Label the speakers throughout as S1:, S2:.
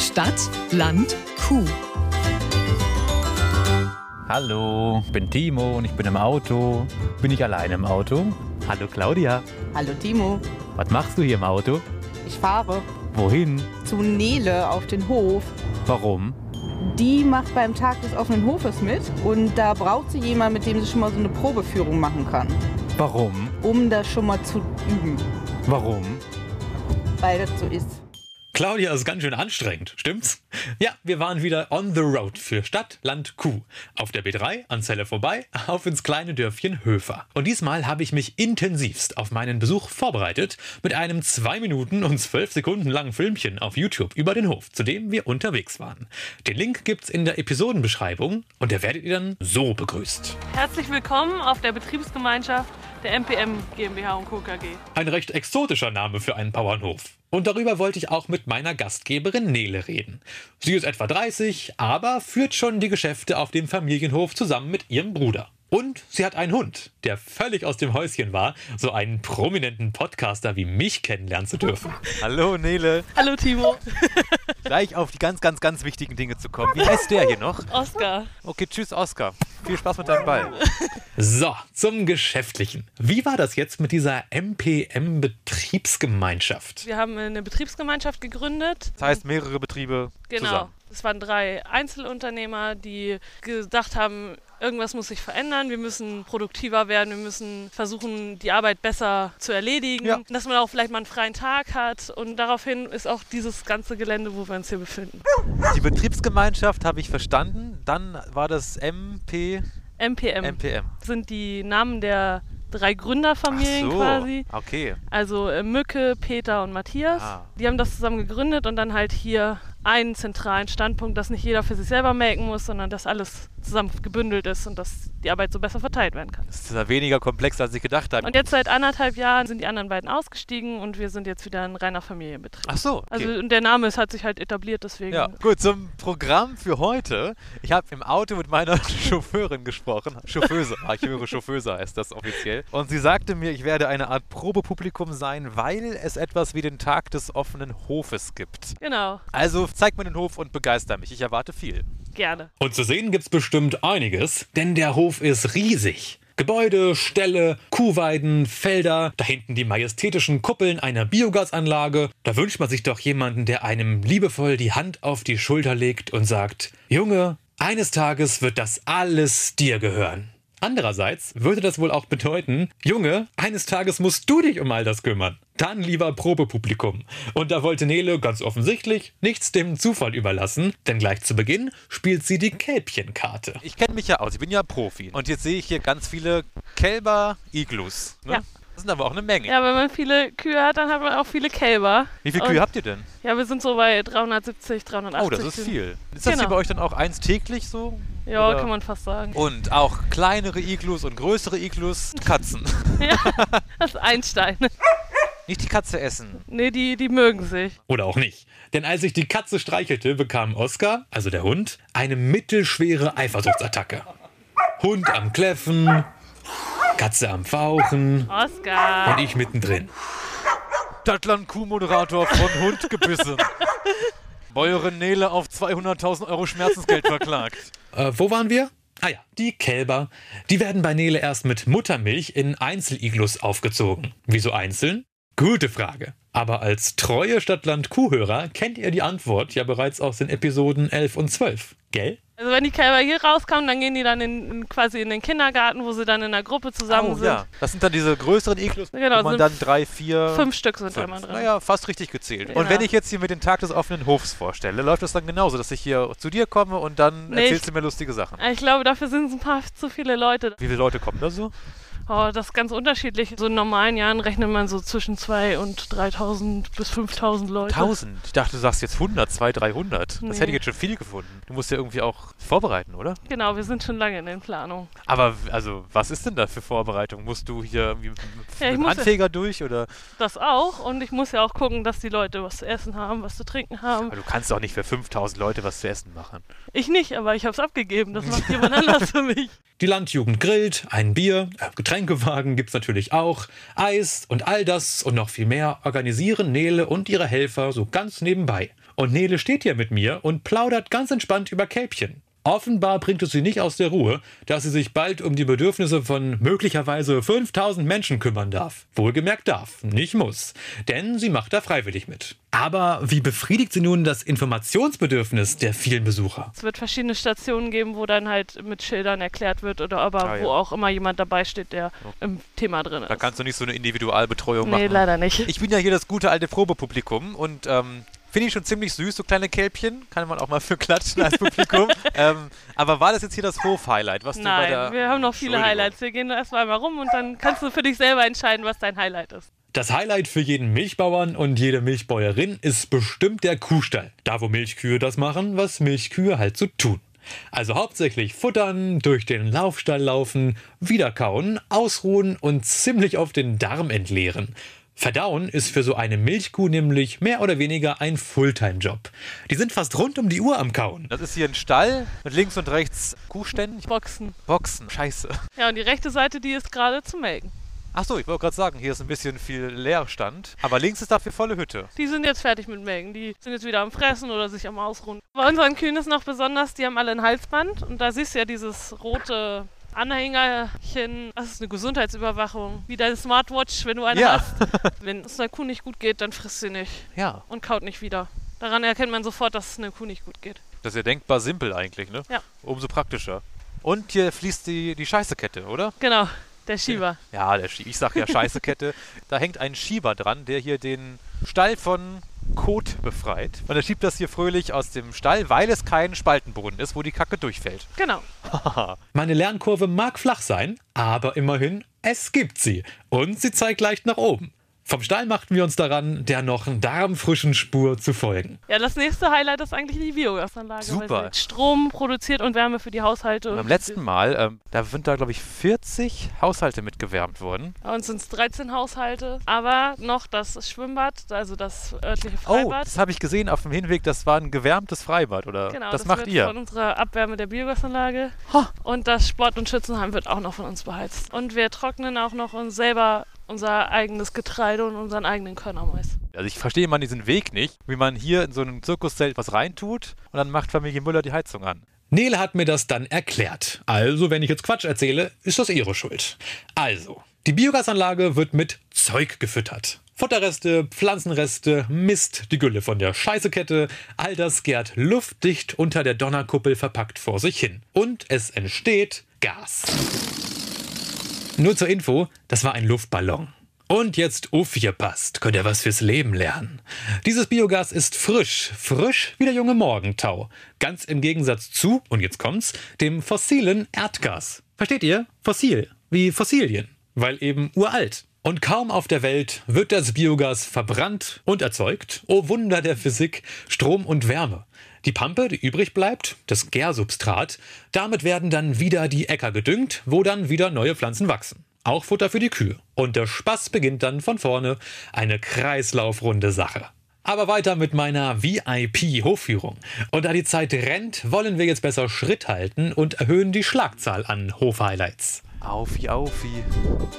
S1: Stadt, Land, Kuh.
S2: Hallo, ich bin Timo und ich bin im Auto. Bin ich alleine im Auto? Hallo Claudia,
S3: Hallo Timo,
S2: was machst du hier im Auto?
S3: ich fahre
S2: Wohin?
S3: zu Nele auf den Hof.
S2: Warum?
S3: Die macht beim Tag des offenen Hofes mit und da braucht sie jemanden, mit dem sie schon mal so eine Probeführung machen kann,
S2: Warum?
S3: um das schon mal zu üben,
S2: Warum?
S3: weil das so ist.
S4: Claudia ist ganz schön anstrengend, stimmt's? Ja, wir waren wieder on the road für Stadt, Land, Kuh. Auf der B3 an Celle vorbei, auf ins kleine Dörfchen Höfer. Und diesmal habe ich mich intensivst auf meinen Besuch vorbereitet mit einem 2 Minuten und 12 Sekunden langen Filmchen auf YouTube über den Hof, zu dem wir unterwegs waren. Den Link gibt's in der Episodenbeschreibung und da werdet ihr dann so begrüßt.
S5: Herzlich willkommen auf der Betriebsgemeinschaft der MPM GmbH und Co. KG.
S4: Ein recht exotischer Name für einen Bauernhof. Und darüber wollte ich auch mit meiner Gastgeberin Nele reden. Sie ist etwa 30, aber führt schon die Geschäfte auf dem Familienhof zusammen mit ihrem Bruder. Und sie hat einen Hund, der völlig aus dem Häuschen war, so einen prominenten Podcaster wie mich kennenlernen zu dürfen.
S2: Hallo Nele,
S5: Hallo Timo,
S2: gleich auf die ganz, ganz, ganz wichtigen Dinge zu kommen. Wie heißt der hier noch?
S5: Oskar.
S2: Okay, tschüss Oscar. Viel Spaß mit deinem Ball.
S4: So, zum Geschäftlichen. Wie war das jetzt mit dieser MPM-Betriebsgemeinschaft?
S5: Wir haben eine Betriebsgemeinschaft gegründet.
S2: Das heißt mehrere Betriebe
S5: Genau.
S2: zusammen.
S5: Es waren drei Einzelunternehmer, die gedacht haben, irgendwas muss sich verändern, wir müssen produktiver werden, wir müssen versuchen, die Arbeit besser zu erledigen,
S2: Ja.
S5: dass man auch vielleicht mal einen freien Tag hat. Und daraufhin ist auch dieses ganze Gelände, wo wir uns hier befinden.
S2: Die Betriebsgemeinschaft habe ich verstanden. Dann war das MP,
S5: MPM.
S2: MPM.
S5: sind die Namen der drei Gründerfamilien quasi.
S2: okay.
S5: Also äh, Mücke, Peter und Matthias.
S2: Ah.
S5: Die haben das zusammen gegründet und dann halt hier einen zentralen Standpunkt, dass nicht jeder für sich selber melken muss, sondern dass alles zusammen gebündelt ist und dass die Arbeit so besser verteilt werden kann.
S2: Das ist ja weniger komplex, als ich gedacht habe.
S5: Und jetzt seit anderthalb Jahren sind die anderen beiden ausgestiegen und wir sind jetzt wieder ein reiner Familienbetrieb.
S2: Ach so, okay.
S5: Also und der Name ist, hat sich halt etabliert, deswegen.
S2: Ja, gut, zum Programm für heute. Ich habe im Auto mit meiner Chauffeurin gesprochen. Chauffeuse, ah, ich höre Chauffeuse heißt das offiziell. Und sie sagte mir, ich werde eine Art Probepublikum sein, weil es etwas wie den Tag des offenen Hofes gibt.
S5: Genau,
S2: Also zeig mir den Hof und begeister mich. Ich erwarte viel.
S5: gerne.
S4: Und zu sehen gibt's bestimmt einiges, denn der Hof ist riesig. Gebäude, Ställe, Kuhweiden, Felder, da hinten die majestätischen Kuppeln einer Biogasanlage. Da wünscht man sich doch jemanden, der einem liebevoll die Hand auf die Schulter legt und sagt: Junge, eines Tages wird das alles dir gehören. Andererseits würde das wohl auch bedeuten, Junge, eines Tages musst du dich um all das kümmern. Dann lieber Probepublikum. Und da wollte Nele ganz offensichtlich nichts dem Zufall überlassen, denn gleich zu Beginn spielt sie die Kälbchenkarte.
S2: Ich kenne mich ja aus, ich bin ja Profi. Und jetzt sehe ich hier ganz viele Kälber-Iglus. Ne?
S5: Ja.
S2: Das sind aber auch eine Menge.
S5: Ja, wenn man viele Kühe hat, dann hat man auch viele Kälber.
S2: Wie viele
S5: Und-
S2: Kühe habt ihr denn?
S5: Ja, wir sind so bei 370, 380.
S2: Oh, das ist
S5: Kühen.
S2: viel. Ist das hier
S5: Genau.
S2: bei euch dann auch eins täglich so?
S5: Ja,
S2: Oder- Oh.
S5: kann man fast sagen.
S2: Und auch kleinere Iglus und größere Iglus, Katzen.
S5: Das ist Einstein.
S2: Nicht die Katze essen.
S5: Nee, die, die mögen sich.
S4: Oder auch nicht. Denn als ich die Katze streichelte, bekam Oscar, also der Hund, eine mittelschwere Eifersuchtsattacke. Hund am Kläffen, Katze am Fauchen
S5: Oscar.
S4: und ich mittendrin.
S2: Stadtland Kuhmoderator von Hund gebissen. Bäuerin Nele auf 200.000 Euro Schmerzensgeld verklagt.
S4: Äh, wo waren wir? Ah ja, die Kälber. Die werden bei Nele erst mit Muttermilch in Einzeliglus aufgezogen. Wieso einzeln? Gute Frage. Aber als treue Stadtland-Kuhhörer kennt ihr die Antwort ja bereits aus den Episoden 11 und 12, gell?
S5: Also wenn die Kälber hier rauskommen, dann gehen die dann in, in, quasi in den Kindergarten, wo sie dann in einer Gruppe
S4: Oh,
S5: zusammen sind.
S2: Das sind dann diese größeren Iglus,
S5: Genau,
S2: wo man
S5: sind
S2: dann drei, vier,
S5: Fünf Stück sind
S2: fünf.
S5: einmal drin.
S2: Naja, fast richtig gezählt.
S5: Genau.
S2: Und wenn ich jetzt hier mit den Tag des offenen Hofs vorstelle, läuft das dann genauso, dass ich hier zu dir komme und dann
S5: Nee,
S2: erzählst
S5: ich-
S2: du mir lustige Sachen.
S5: Ich glaube, dafür sind es ein paar zu viele Leute.
S2: Wie viele Leute kommen da so?
S5: Oh, das ist ganz unterschiedlich. So in normalen Jahren rechnet man so zwischen 2.000 und 3.000 bis 5.000 Leute.
S2: 1000. Ich dachte, du sagst jetzt 100, 200, 300. Das
S5: Nee.
S2: hätte ich jetzt schon viel gefunden. Du musst ja irgendwie auch vorbereiten, oder?
S5: Genau, wir sind schon lange in den Planungen.
S2: Aber w- also, was ist denn da für Vorbereitung? Musst du hier irgendwie mit
S5: Ja, ich
S2: dem
S5: muss-
S2: Anfeger durch oder?
S5: Das auch. Und ich muss ja auch gucken, dass die Leute was zu essen haben, was zu trinken haben.
S2: Aber du kannst doch nicht für 5000 Leute was zu essen machen.
S5: Ich nicht, aber ich habe es abgegeben. Das macht jemand anders für mich.
S4: Die Landjugend grillt, ein Bier, äh, Getränkewagen gibt's natürlich auch, Eis und all das und noch viel mehr organisieren Nele und ihre Helfer so ganz nebenbei. Und Nele steht hier mit mir und plaudert ganz entspannt über Kälbchen. Offenbar bringt es sie nicht aus der Ruhe, dass sie sich bald um die Bedürfnisse von möglicherweise 5000 Menschen kümmern darf. Wohlgemerkt darf, nicht muss. Denn sie macht da freiwillig mit. Aber wie befriedigt sie nun das Informationsbedürfnis der vielen Besucher?
S5: Es wird verschiedene Stationen geben, wo dann halt mit Schildern erklärt wird oder aber
S2: Ah, ja.
S5: wo auch immer jemand dabei steht, der im Thema drin ist.
S2: Da kannst du nicht so eine Individualbetreuung
S5: nee,
S2: machen.
S5: leider nicht.
S2: Ich bin ja hier das gute alte Probepublikum und ähm, finde ich schon ziemlich süß, so kleine Kälbchen. Kann man auch mal für klatschen als Publikum. ähm, aber war das jetzt hier das Hof-Highlight, was du bei der.
S5: Nein, wir haben noch viele
S2: Entschuldigung.
S5: Highlights. Wir gehen erstmal einmal rum und dann kannst du für dich selber entscheiden, was dein Highlight ist.
S4: Das Highlight für jeden Milchbauern und jede Milchbäuerin ist bestimmt der Kuhstall. Da, wo Milchkühe das machen, was Milchkühe halt so tun. Also hauptsächlich futtern, durch den Laufstall laufen, wiederkauen, ausruhen und ziemlich auf den Darm entleeren. Verdauen ist für so eine Milchkuh nämlich mehr oder weniger ein Fulltime-Job. Die sind fast rund um die Uhr am Kauen.
S2: Das ist hier ein Stall mit links und rechts Kuhständen,
S5: Boxen.
S2: Boxen. Scheiße.
S5: Ja, und die rechte Seite, die ist gerade zu melken.
S2: Achso, ich wollte gerade sagen, hier ist ein bisschen viel Leerstand. Aber links ist dafür volle Hütte.
S5: Die sind jetzt fertig mit Melken. Die sind jetzt wieder am Fressen oder sich am Ausruhen. Bei unseren Kühen ist noch besonders, die haben alle ein Halsband. Und da siehst du ja dieses rote Anhängerchen. Das ist eine Gesundheitsüberwachung. Wie deine Smartwatch, wenn du eine
S2: Ja.
S5: hast. Wenn es einer Kuh nicht gut geht, dann frisst sie nicht
S2: Ja.
S5: und kaut nicht wieder. Daran erkennt man sofort, dass es einer Kuh nicht gut geht.
S2: Das ist ja denkbar simpel eigentlich, ne?
S5: Ja.
S2: Umso praktischer. Und hier fließt die, die Scheißekette, oder?
S5: Genau, der Schieber.
S2: Ja, der Schie ich sag ja Scheißekette. da hängt ein Schieber dran, der hier den Stall von Kot befreit. Und er schiebt das hier fröhlich aus dem Stall, weil es kein Spaltenboden ist, wo die Kacke durchfällt.
S5: Genau.
S4: Meine Lernkurve mag flach sein, aber immerhin, es gibt sie. Und sie zeigt leicht nach oben. Vom Stall machten wir uns daran, der noch darmfrischen Spur zu folgen.
S5: Ja, das nächste Highlight ist eigentlich die Biogasanlage. weil
S2: Super.
S5: sie Strom produziert und Wärme für die Haushalte.
S2: Und beim letzten Mal, ähm, da sind da, glaube ich, 40 Haushalte mitgewärmt worden.
S5: Bei uns sind es 13 Haushalte, aber noch das Schwimmbad, also das örtliche
S2: Oh,
S5: Freibad.
S2: das habe ich gesehen auf dem Hinweg. Das war ein gewärmtes Freibad, oder?
S5: genau,
S2: das,
S5: das
S2: macht
S5: wird
S2: ihr.
S5: von unserer Abwärme der Biogasanlage. Und das Sport- und Schützenheim wird auch noch von uns beheizt. Und wir trocknen auch noch uns selber unser eigenes Getreide und unseren eigenen Körnermais.
S2: Also ich verstehe mal diesen Weg nicht, wie man hier in so einem Zirkuszelt was reintut und dann macht Familie Müller die Heizung an.
S4: Nele hat mir das dann erklärt. Also, wenn ich jetzt Quatsch erzähle, ist das ihre Schuld. Also, die Biogasanlage wird mit Zeug gefüttert. Futterreste, Pflanzenreste, Mist, die Gülle von der Scheißekette, all das gärt luftdicht unter der Donnerkuppel verpackt vor sich hin. Und es entsteht Gas. Nur zur Info, das war ein Luftballon. Und jetzt auf ihr passt, könnt ihr was fürs Leben lernen. Dieses Biogas ist frisch, frisch wie der junge Morgentau. Ganz im Gegensatz zu, und jetzt kommt's, dem fossilen Erdgas. Versteht ihr? Fossil, wie Fossilien, weil eben uralt. Und kaum auf der Welt wird das Biogas verbrannt und erzeugt, oh Wunder der Physik, Strom und Wärme. Die Pampe, die übrig bleibt, das Gärsubstrat, damit werden dann wieder die Äcker gedüngt, wo dann wieder neue Pflanzen wachsen. Auch Futter für die Kühe. Und der Spaß beginnt dann von vorne. Eine kreislaufrunde Sache. Aber weiter mit meiner VIP-Hofführung. Und da die Zeit rennt, wollen wir jetzt besser Schritt halten und erhöhen die Schlagzahl an Hofhighlights.
S2: Aufi, aufi.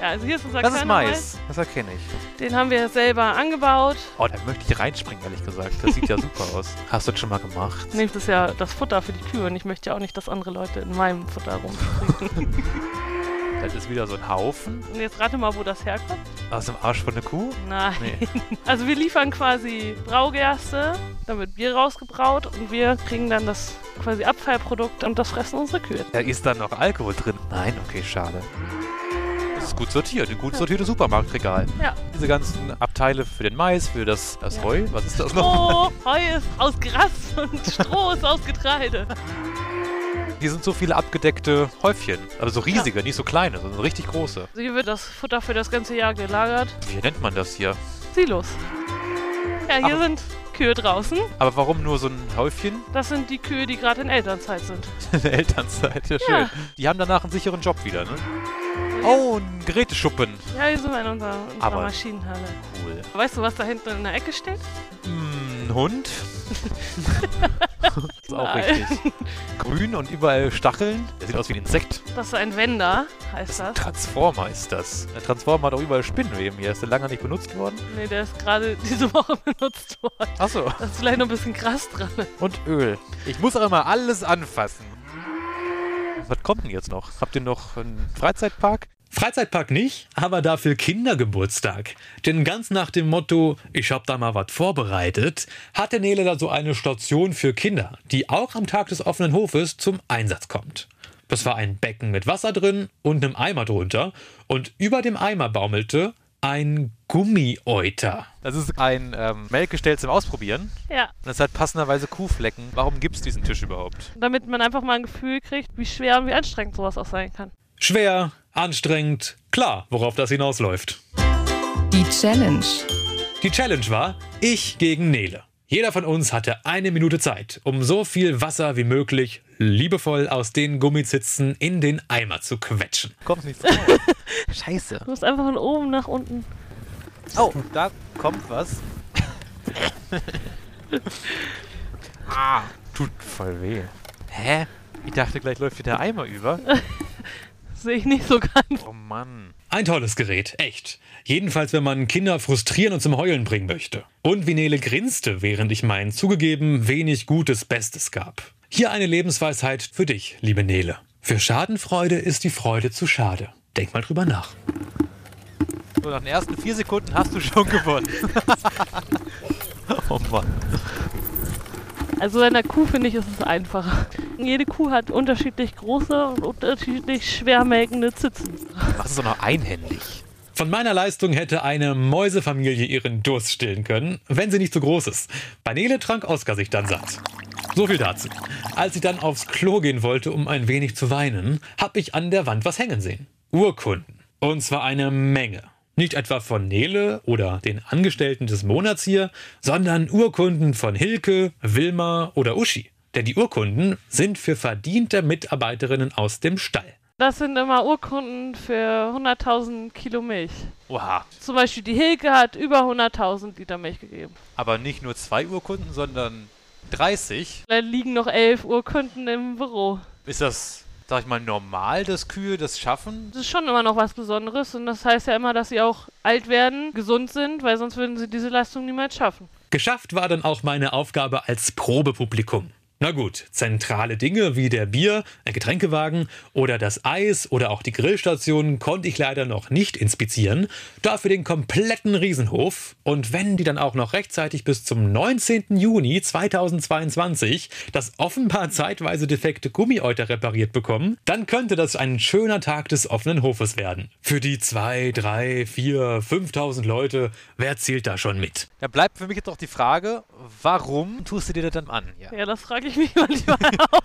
S5: Ja, also hier ist unser
S2: Das ist
S5: Körnermais.
S2: Mais. Das erkenne ich.
S5: Den haben wir selber angebaut.
S2: Oh, da möchte ich reinspringen, ehrlich gesagt. Das sieht ja super aus. Hast du das schon mal gemacht?
S5: Nehmt es ja das Futter für die Kühe und ich möchte ja auch nicht, dass andere Leute in meinem Futter rumspringen.
S2: Das ist wieder so ein Haufen
S5: und jetzt rate mal, wo das herkommt.
S2: aus dem Arsch von der Kuh.
S5: Nein.
S2: Nee.
S5: Also wir liefern quasi Braugerste, dann wird Bier rausgebraut und wir kriegen dann das quasi Abfallprodukt und das fressen unsere Kühe.
S2: Da ist dann noch Alkohol drin. Nein, okay, schade. Das ist gut sortiert, ein gut sortiertes Supermarktregal.
S5: Ja.
S2: Diese ganzen Abteile für den Mais, für das, das
S5: Ja.
S2: Heu, was ist das noch?
S5: Oh, Heu ist aus Gras und Stroh ist aus Getreide. Oh.
S2: Hier sind so viele abgedeckte Häufchen. Also so riesige, nicht so kleine, sondern richtig große.
S5: Also hier wird das Futter für das ganze Jahr gelagert.
S2: Wie nennt man das hier?
S5: Silos. Ja, hier
S2: Ach.
S5: sind Kühe draußen.
S2: Aber warum nur so ein Häufchen?
S5: Das sind die Kühe, die gerade in Elternzeit sind.
S2: In der Elternzeit, ja schön.
S5: Ja.
S2: Die haben danach einen sicheren Job wieder, ne? Oh, ein Geräteschuppen.
S5: Ja, hier sind wir in unserer, unserer
S2: Aber-
S5: Maschinenhalle.
S2: Cool.
S5: Weißt du, was da hinten in der Ecke steht?
S2: Hm, ein Hund? Ist auch
S5: Nein.
S2: richtig. Grün und überall Stacheln. Der sieht aus wie ein Insekt.
S5: Das ist ein Wender, heißt das.
S2: Transformer ist das. Der Transformer hat auch überall Spinnenweben hier. Ist der lange nicht benutzt worden?
S5: Nee, der ist gerade diese Woche benutzt worden.
S2: Achso.
S5: Das ist vielleicht noch ein bisschen krass dran.
S2: Und Öl. Ich muss auch immer alles anfassen. Was kommt denn jetzt noch? Habt ihr noch einen Freizeitpark?
S4: Freizeitpark nicht, aber dafür Kindergeburtstag. Denn ganz nach dem Motto, ich hab da mal was vorbereitet, hatte Nele da so eine Station für Kinder, die auch am Tag des offenen Hofes zum Einsatz kommt. Das war ein Becken mit Wasser drin und einem Eimer drunter und über dem Eimer baumelte ein Gummiäuter.
S2: Das ist ein ähm, Melkgestell zum Ausprobieren.
S5: Ja,
S2: Und es hat passenderweise Kuhflecken. Warum gibt's diesen Tisch überhaupt?
S5: damit man einfach mal ein Gefühl kriegt, wie schwer und wie anstrengend sowas auch sein kann.
S4: Schwer, anstrengend, klar, worauf das hinausläuft.
S1: Die Challenge.
S4: Die Challenge war ich gegen Nele. Jeder von uns hatte eine Minute Zeit, um so viel Wasser wie möglich liebevoll aus den Gummizitzen in den Eimer zu quetschen.
S2: Kommt nichts raus.
S5: Du musst einfach von oben nach unten.
S2: Oh, da kommt was. ah, tut voll weh. Hä? Ich dachte, gleich läuft wieder der Eimer über.
S5: Sehe ich nicht so ganz.
S2: Oh Mann.
S4: Ein tolles Gerät, echt. Jedenfalls, wenn man Kinder frustrieren und zum Heulen bringen möchte. Und wie Nele grinste, während ich mein zugegeben wenig Gutes Bestes gab. Hier eine Lebensweisheit für dich, liebe Nele. Für Schadenfreude ist die Freude zu schade. Denk mal drüber nach.
S2: So, nach den ersten vier Sekunden hast du schon gewonnen. oh Mann.
S5: Also bei einer Kuh finde ich, ist es einfacher. Jede Kuh hat unterschiedlich große und unterschiedlich schwer melkende Zitzen.
S2: Was ist doch noch einhändig?
S4: Von meiner Leistung hätte eine Mäusefamilie ihren Durst stillen können, wenn sie nicht so groß ist. Bei Nele trank Oskar sich dann satt. So viel dazu. Als ich dann aufs Klo gehen wollte, um ein wenig zu weinen, habe ich an der Wand was hängen sehen. Urkunden. Und zwar eine Menge. Nicht etwa von Nele oder den Angestellten des Monats hier, sondern Urkunden von Hilke, Wilma oder Uschi. Denn die Urkunden sind für verdiente Mitarbeiterinnen aus dem Stall.
S5: Das sind immer Urkunden für 100.000 Kilo Milch.
S2: Oha.
S5: Zum Beispiel die Hilke hat über 100.000 Liter Milch gegeben.
S2: Aber nicht nur zwei Urkunden, sondern 30.
S5: Da liegen noch elf Urkunden im Büro.
S2: Ist das, sag ich mal, normal, dass Kühe das schaffen?
S5: Das ist schon immer noch was Besonderes und das heißt ja immer, dass sie auch alt werden, gesund sind, weil sonst würden sie diese Leistung niemals schaffen.
S4: Geschafft war dann auch meine Aufgabe als Probepublikum. Na gut, zentrale Dinge wie der Bier, der Getränkewagen oder das Eis oder auch die Grillstation konnte ich leider noch nicht inspizieren, dafür den kompletten Riesenhof und wenn die dann auch noch rechtzeitig bis zum 19. Juni 2022 das offenbar zeitweise defekte Gummiäuter repariert bekommen, dann könnte das ein schöner Tag des offenen Hofes werden. Für die 2, 3, 4, 5000 Leute, wer zählt da schon mit?
S2: Da bleibt für mich jetzt auch die Frage, warum tust du dir das dann an? Ja.
S5: Ja, das frage ich mich manchmal auch.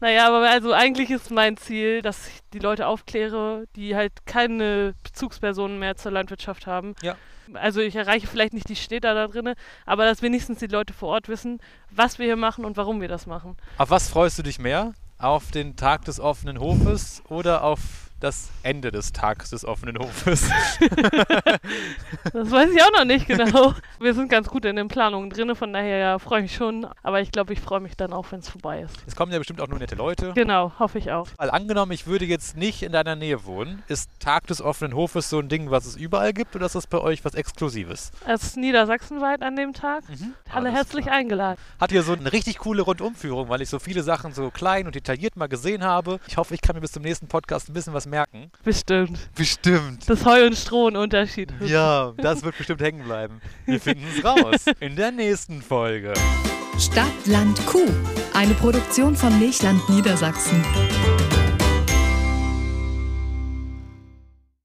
S5: Naja, aber also eigentlich ist mein Ziel, dass ich die Leute aufkläre, die halt keine Bezugspersonen mehr zur Landwirtschaft haben.
S2: Ja.
S5: Also ich erreiche vielleicht nicht die Städter da drinne, aber dass wenigstens die Leute vor Ort wissen, was wir hier machen und warum wir das machen.
S2: Auf was freust du dich mehr? Auf den Tag des offenen Hofes oder auf das Ende des Tages des offenen Hofes?
S5: Das weiß ich auch noch nicht genau. Wir sind ganz gut in den Planungen drin, von daher ja, freue ich mich schon. Aber ich glaube, ich freue mich dann auch, wenn es vorbei ist.
S2: es kommen ja bestimmt auch nur nette Leute.
S5: Genau, hoffe ich auch.
S2: Weil angenommen, ich würde jetzt nicht in deiner Nähe wohnen, ist Tag des offenen Hofes so ein Ding, was es überall gibt oder ist das bei euch was Exklusives?
S5: Es ist niedersachsenweit an dem Tag. Alle
S2: Mhm. Alles
S5: herzlich
S2: klar.
S5: eingeladen.
S2: Hat hier so eine richtig coole Rundumführung, weil ich so viele Sachen so klein und detailliert mal gesehen habe. Ich hoffe, ich kann mir bis zum nächsten Podcast ein bisschen was merken.
S5: Bestimmt.
S2: Bestimmt.
S5: Das Heu und Stroh ein Unterschied.
S2: Ja, das wird bestimmt hängen bleiben. Wir finden es raus in der nächsten Folge.
S1: Stadt, Land, Kuh. Eine Produktion von Milchland Niedersachsen.